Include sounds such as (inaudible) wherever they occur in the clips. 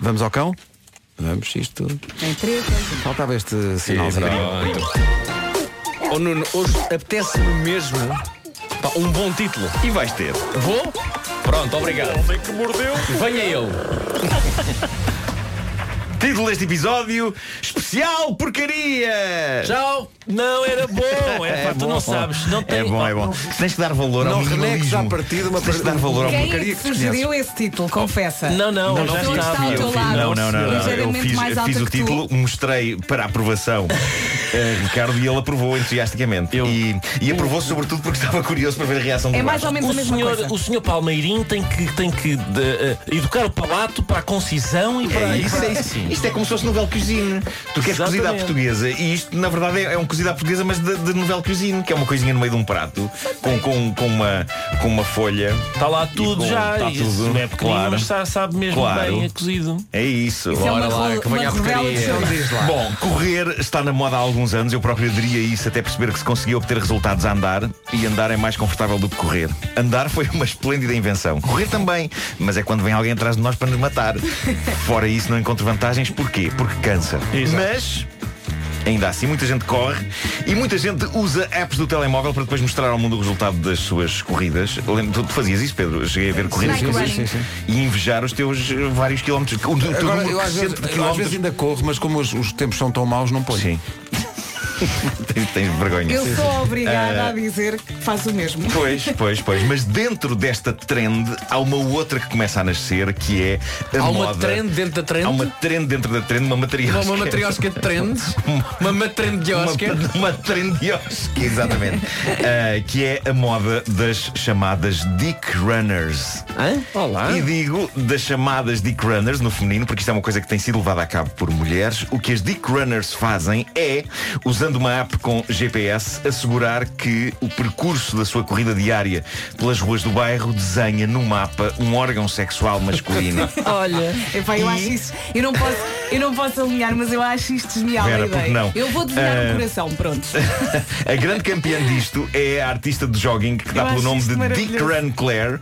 Vamos ao cão? Vamos, isto. É, Em três, dois, um. Faltava este É sinalzinho. Oh, Nuno, hoje apetece-me mesmo pá, um bom título. E vais ter. Vou? Pronto, obrigado. Um Homem que mordeu. Venha ele. Título deste episódio: Especial Porcaria! Tchau. Não, era (laughs) bom. Era, pá, tu É bom, não bom. sabes. Não tem... É bom, é bom. Tens que dar valor ao Não renegues minimalismo. à partida uma Tens que dar par- valor ao Quem é porcaria que que escolheste. sugeriu esse título? Confessa. Não, não, Não, já não, estava. não, Eu não, fiz. não, Não, não, não, não. Eu Ligeiramente fiz, mais alta fiz o que tu. título, mostrei (laughs) para aprovação a Ricardo e ele aprovou entusiasticamente. Eu- E, e aprovou sobretudo porque estava curioso para ver a reação do É mais Vasco. ou menos O a mesma senhor, coisa. o senhor Palmeirim tem que, tem que de, eh, educar o palato para a concisão e para. É e isso, para- é (laughs) isso. Isto é como se fosse novela cuisine. Tu queres Exatamente. cozida à portuguesa e isto, na verdade, é é um cozido à portuguesa, mas de, de novela cuisine, que é uma coisinha no meio de um prato, com, com, com, uma, com uma folha. Está lá E tudo com- já. Está e tudo. Não é pequenino, claro. mas sa- sabe mesmo Claro. bem, é cozido. É isso. Isso é uma, ro- uma rovela de Então sangue. diz lá. Bom, correr está na moda há alguns anos. Eu próprio aderia a isso até perceber que se conseguia obter resultados a andar e andar é mais confortável do que correr. Andar foi uma esplêndida invenção. Correr também, mas é quando vem alguém atrás de nós para (laughs) nos matar. Fora isso, não encontro vantagens. Porquê? Porque cansa. Exato. Mas. Ainda assim, muita gente corre e muita gente usa apps do telemóvel para depois mostrar ao mundo o resultado das suas corridas. Lembro, tu, tu fazias isso, Pedro? Eu Cheguei a ver corridas Snake tuas running. Sim, sim, e invejar os teus eh, vários quilómetros. O teu Agora, número eu às vezes, crescente de eu às vezes quilómetros. ainda corro, mas como os, os tempos são tão maus, não ponho. (laughs) Sim. tens, tens vergonha. Eu (laughs) sou obrigada a Eh. dizer que faz o mesmo. Pois, pois, pois. Mas dentro desta trend há uma outra que começa a nascer que é a Há uma moda. trend dentro da trend. Há uma trend dentro da trend, uma material. Uma, uma matriosca de trends. Uma matriosca. (laughs) Uma, uma (laughs) trendiosque, exatamente. Ah, que é a moda das chamadas Dick Runners. Olá. E digo das chamadas Dick Runners no feminino, porque isto é uma coisa que tem sido levada a cabo por mulheres. O que as Dick Runners fazem é, usando uma app com GPS, assegurar que o percurso da sua corrida diária pelas ruas do bairro desenha no mapa um órgão sexual masculino. Olha. (laughs) Epá, eu E- acho isso. Eu não posso, eu não posso alinhar, mas eu acho isto genial Vera, a ideia. porque não? Eu vou desenhar Ah. um coração, (laughs) pronto. A grande campeã disto é a artista de jogging que Eu dá pelo acho nome isto de Dick maravilhoso. Runclair.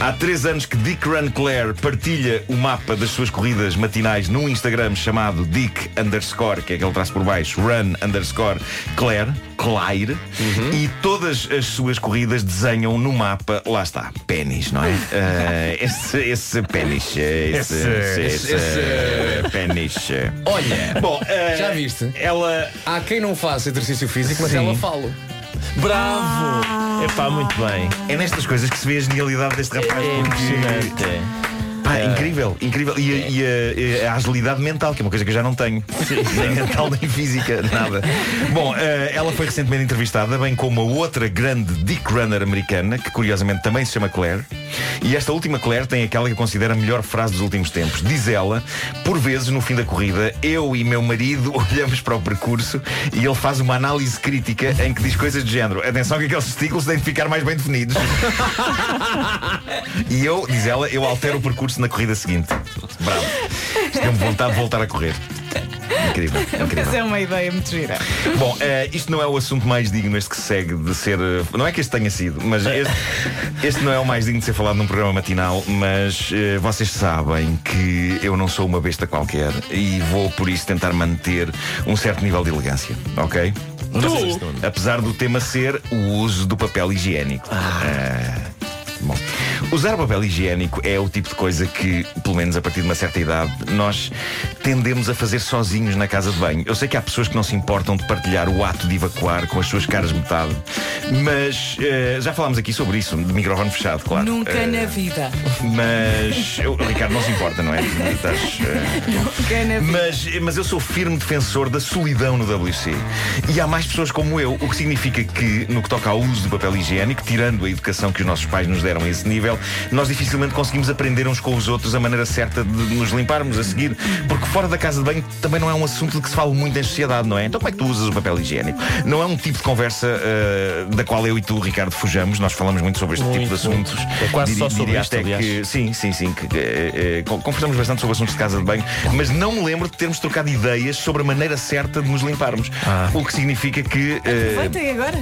Há três anos que Dick Runclair partilha o mapa das suas corridas matinais num Instagram chamado Dick underscore, que é aquele traço por baixo, Run underscore Claire, Claire, e todas as suas corridas desenham no mapa, lá está, pênis, (laughs) não é? Ah, esse, esse pênis, eh, esse, esse, esse, eh, pênis. eh. Olha. Bom, eh, Já viste? Ela Há quem não faça exercício físico, mas Sim. ela fala. Bravo! Ah. É pá, muito bem. É nestas coisas que se vê a genialidade deste rapaz. É porque- impressionante. Pá, incrível, incrível. E, a- e a- e a, agilidade mental, que é uma coisa que eu já não tenho. (laughs) nem mental, nem física, nada. Bom, eh, ela foi recentemente entrevistada, bem como a outra grande Dick Runner americana, que curiosamente também se chama Claire. E esta última Claire tem aquela que eu considero a melhor frase dos últimos tempos. Diz ela, por vezes no fim da corrida, eu e meu marido (laughs) olhamos para o percurso e ele faz uma análise crítica em que diz coisas de género. Atenção que aqueles testículos têm de ficar mais bem definidos. E eu, diz ela, eu altero o percurso na corrida seguinte. Bravo. Tenho vontade de voltar a correr. Incrível, Mas incrível. é uma ideia muito gira. Bom, eh, isto não é o assunto mais digno, este que se segue de ser. eh, não é que este tenha sido, mas este, este não é o mais digno de ser falado num programa matinal. Mas eh, vocês sabem que eu não sou uma besta qualquer e vou por isso tentar manter um certo nível de elegância, ok? Apesar do tema ser o uso do papel higiênico. Ah. Eh, Bom, usar papel higiênico é o tipo de coisa que, pelo menos a partir de uma certa idade, nós tendemos a fazer sozinhos na casa de banho. Eu sei que há pessoas que não se importam de partilhar o ato de evacuar com as suas caras metade, mas eh, já falámos aqui sobre isso, de microfone fechado, claro. Nunca Eh, na vida. Mas. eu- Ricardo, não se (laughs) importa, não é? Estás, eh, Nunca na vida. mas, mas eu sou firme defensor da solidão no WC. E há mais pessoas como eu, o que significa que, no que toca ao uso do papel higiênico, tirando a educação que os nossos pais nos deram a esse nível, nós dificilmente conseguimos aprender uns com os outros a maneira certa de nos limparmos a seguir, porque fora da casa de banho também não é um assunto de que se fala muito em sociedade, não é? Então como é que tu usas o papel higiênico? Não é um tipo de conversa eh, da qual eu e tu, Ricardo, fujamos, nós falamos muito sobre este tipo de assuntos. É quase Diria- só sobre diria isto, até aliás. que- Sim, sim, sim. Que, eh, eh, con- conversamos bastante sobre assuntos de casa de banho, mas não me lembro de termos trocado ideias sobre a maneira certa de nos limparmos. O que significa que eh, Voltem agora.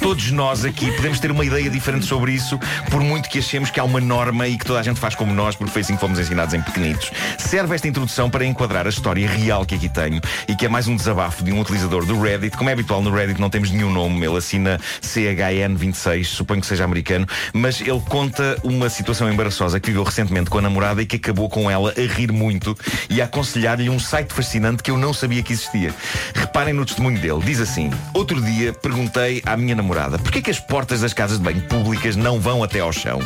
todos nós aqui podemos ter uma ideia diferente sobre isso, por muito que achemos achamos que há uma norma e que toda a gente faz como nós, porque foi assim que fomos ensinados em pequenitos. Serve esta introdução para enquadrar a história real que aqui tenho e que é mais um desabafo de um utilizador do Reddit. Como é habitual no Reddit, não temos nenhum nome. Ele assina CHN26, suponho que seja americano, mas ele conta uma situação embaraçosa que viveu recentemente com a namorada e que acabou com ela a rir muito e a aconselhar-lhe um site fascinante que eu não sabia que existia. Reparem no testemunho dele. Diz assim: Outro dia perguntei à minha namorada porquê que as portas das casas de banho públicas não vão até ao chão.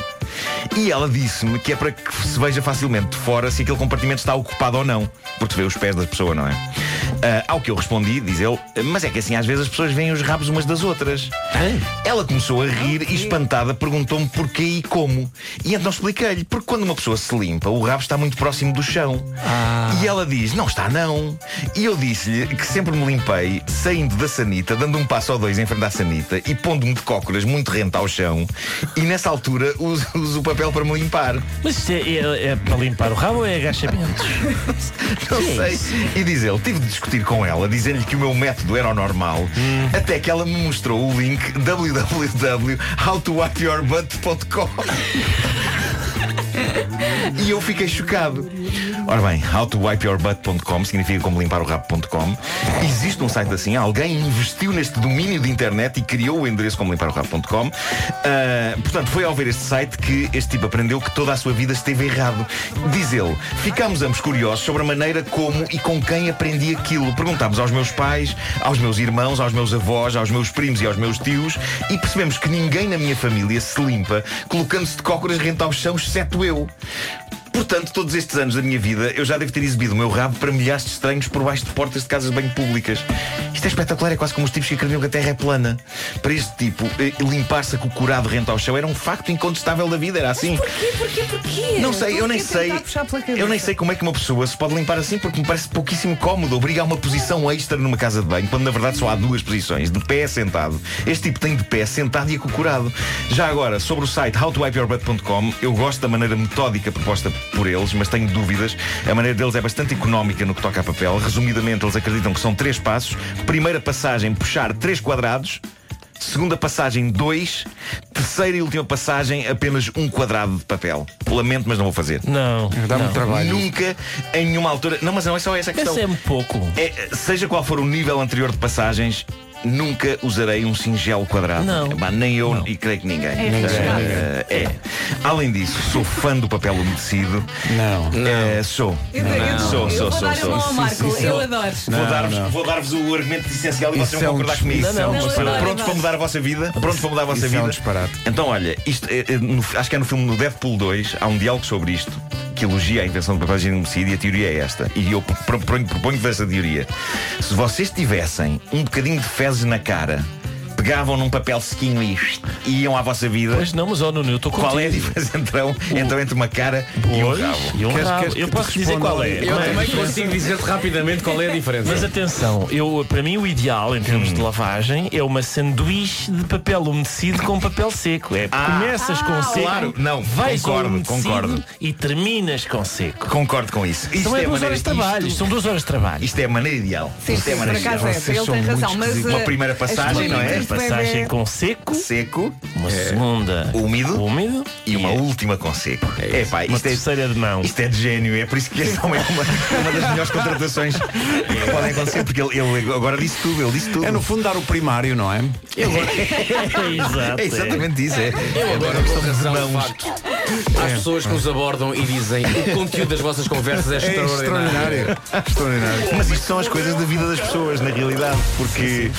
E ela disse-me que é para que se veja facilmente de fora se aquele compartimento está ocupado ou não, porque se vê os pés da pessoa, não é? Ah, ao que eu respondi, diz ele, mas é que assim às vezes as pessoas veem os rabos umas das outras. Ela começou a rir e espantada perguntou-me porquê e como. E então expliquei-lhe, porque quando uma pessoa se limpa, o rabo está muito próximo do chão. E ela diz, não está não. E eu disse-lhe que sempre me limpei saindo da sanita, dando um passo ou dois em frente à sanita e pondo-me de cócoras muito rente ao chão. E nessa altura uso, uso o papel para me limpar. Mas isto é, é- é para limpar o rabo ou é agachamentos? (laughs) Não sei. E diz ele, tive de discutir com ela, dizendo-lhe que o meu método era o normal, até que ela me mostrou o link (laughs) www.howtowapyourbutt.com E eu fiquei chocado. Ora bem, howtowipeyourbutt.com significa como limpar o rabo.com. Existe um site assim, alguém investiu neste domínio de internet e criou o endereço como limpar o rabo.com. Ah, portanto, foi ao ver este site que este tipo aprendeu que toda a sua vida esteve errado. Diz ele, ficámos ambos curiosos sobre a maneira como e com quem aprendi aquilo. Perguntámos aos meus pais, aos meus irmãos, aos meus avós, aos meus primos e aos meus tios e percebemos que ninguém na minha família se limpa colocando-se de cócoras rente ao chão, exceto eu. Portanto, todos estes anos da minha vida, eu já devo ter exibido o meu rabo para milhares de estranhos por baixo de portas de casas de banho públicas. Isto é espetacular, é quase como os tipos que acreditam que a Terra é plana. Para este tipo, eh, limpar-se com o curado rente ao chão era um facto incontestável da vida, era assim. Porquê, porquê, porquê? Não sei, eu nem Estou aqui a sei. tentar puxar pela cabeça. Eu nem sei como é que uma pessoa se pode limpar assim, porque me parece pouquíssimo cómodo. Obriga a uma posição extra numa casa de banho, quando na verdade só há duas posições, de pé e sentado. Este tipo tem de pé, sentado e acocorado. Já agora, sobre o site howtowipeyourbutt.com, eu gosto da maneira metódica proposta por eles, mas tenho dúvidas. A maneira deles é bastante económica no que toca a papel. Resumidamente, eles acreditam que são três passos. Primeira passagem, puxar três quadrados. Segunda passagem, dois. Terceira e última passagem, apenas um quadrado de papel. Lamento, mas (laughs) não vou fazer. Não. Dá não. muito trabalho. Nunca, em nenhuma altura. Não, mas não é só essa a questão. Esse um é pouco. É, seja qual for o nível anterior de passagens, nunca usarei um singelo quadrado. Não. Bah, nem eu Não. e creio que ninguém. É arriscado. Eh, é. Além disso, sou fã do papel umedecido. Não. Eh, sou. Eu, eu, Sou, eu sou, vou sou, dar a sou. mão ao Marco, eu adoro. Vou Não, dar-vos não. vou dar-vos o argumento essencial e Isso vocês é vão um concordar comigo. disparate. Não, não, Prontos não, não. prontos para mudar a vossa vida? Prontos para mudar a vossa Isso é um vida? disparate. Então, olha, isto, é, é, no- acho que é no filme no Deadpool 2 há um diálogo sobre isto que elogia a invenção do papel higiênico umedecido e a teoria é esta. E eu pro- proponho, proponho essa teoria. Se vocês tivessem um bocadinho de fezes na cara, pegavam num papel sequinho e, e (laughs) iam à vossa vida. Mas não, mas ó Nuno, eu estou contigo. qual é a diferença então, então entre uma cara e um Pois, rabo? e um Queres- rabo. queres que eu te posso dizer responda qual ali? é. Eu qual Eu é a também diferença? consigo dizer-te rapidamente qual é a diferença. Mas atenção, eu, para mim o ideal em termos de Hum. lavagem é uma sanduíche de papel umedecido com papel seco. É, Ah, começas com seco, claro, não, vais ao concordo, umedecido concordo. e terminas com seco. Concordo com isso. Então Isto São é é a duas maneira- horas de trabalho, isto- são duas horas de trabalho. Isto é a maneira ideal. Sim, isto é sim, a por maneira acaso ideal. é, ele tem razão, mas Uma eh, primeira as passagem, não é? comidas de bebê- Passagem com seco, Seco uma segunda úmido. úmido e uma última com seco. É, pá, uma isto é, terceira de mão. isto é de gênio. É por isso que esta é uma, uma das melhores (laughs) contratações que podem acontecer, porque ele, ele agora disse tudo, ele disse tudo. É no fundo dar o primário, não é? Exato. (laughs) É é. exatamente isso. É. (laughs) Eu agora vou rasgar um facto. Há pessoas que nos abordam e dizem o conteúdo das vossas conversas é É extraordinário. extraordinário. é extraordinário. Mas isto são as coisas da vida das pessoas, na realidade, porque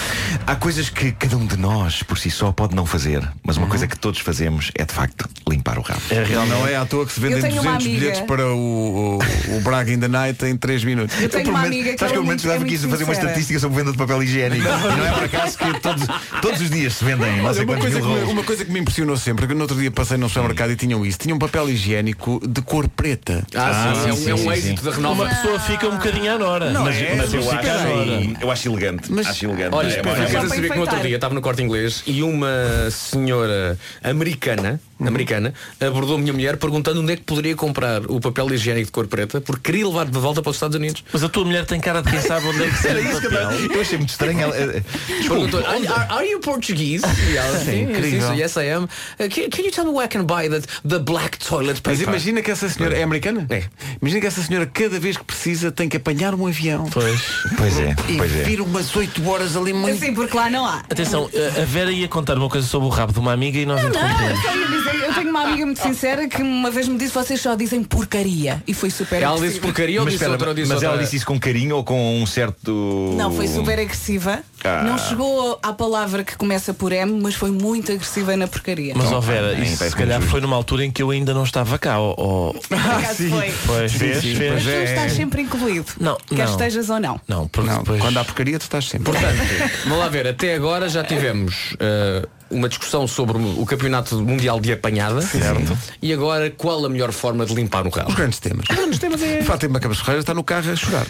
há coisas que cada um de nós, por si só, pode não fazer, mas uma coisa que todos fazemos é, de facto, limpar o rabo. Não, não é à toa que se vendem Eu tenho uma 200 amiga. bilhetes para o, o, o Braga in the Night em 3 minutos. Eu tenho uma amiga que Sabes que é eu prometo que dava muito aqui fazer uma sincera. estatística sobre venda de (laughs) papel higiênico. E não é por acaso que todos, todos os dias se vendem não Olha, sei uma, quantos coisa mil que me, rolos. uma coisa que me impressionou sempre, que no outro dia passei num supermercado e tinham isso, tinham um papel higiênico de cor preta. Ah, sim, Ah, é um- sim, é sim, um sim. êxito da Uma renova. pessoa fica um bocadinho à nora. É, Tipo, é. mas, mas eu acho. assim, eu acho elegante. Mas- acho elegante. Olha, É, eu é, quero para saber que no outro enfeitar. dia estava no corte inglês e uma senhora americana Uhum. americana, abordou a minha mulher perguntando onde é que poderia comprar o papel higiênico de cor preta, porque queria levar de volta para os Estados Unidos. Mas a tua mulher tem cara de quem sabe onde é que Era será isso o que eu tava- papel. eu achei muito estranho. Ela, eh, Perguntou, desculpe, are, are- are you Portuguese? E ela, "Sim, incrível. sim, sim, yes I am. Uh, can, can you tell me where I can buy the, the black toilet paper? Mas imagina que essa senhora é americana? É. Imagina que essa senhora cada vez que precisa tem que apanhar um avião Pois. Pois é, e pois é. vir umas 8 horas ali muito. Sim, porque lá não há. Atenção, a- a Vera ia contar uma coisa sobre o rabo de uma amiga e nós Não, eu interrompemos. só ia dizer, eu tenho uma amiga muito sincera que uma vez me disse vocês só dizem porcaria. E foi super Ela disse agressiva. porcaria ou Mas, disse espera, outra? ou disse mas outra? ela disse isso com carinho ou com um certo. Não, foi super agressiva. Não chegou à palavra que começa por M, mas foi muito agressiva na porcaria. Mas ó Vera, Ah, bem, isso se parece-me calhar justo. foi numa altura em que eu ainda não estava cá. ó- ó- Por acaso foi. Pois, fez, sim, fez. Mas tu estás sempre incluído. Não, Quer não. estejas ou não. Não, porque Não, depois... quando há porcaria tu estás sempre. Portanto, vamos lá ver, até agora já tivemos eh, uma discussão sobre o Campeonato Mundial de Apanhada. Certo. E agora qual a melhor forma de limpar o rabo? Os grandes temas. Os grandes temas é. Fátima Cabeça Ferreira está no carro a chorar.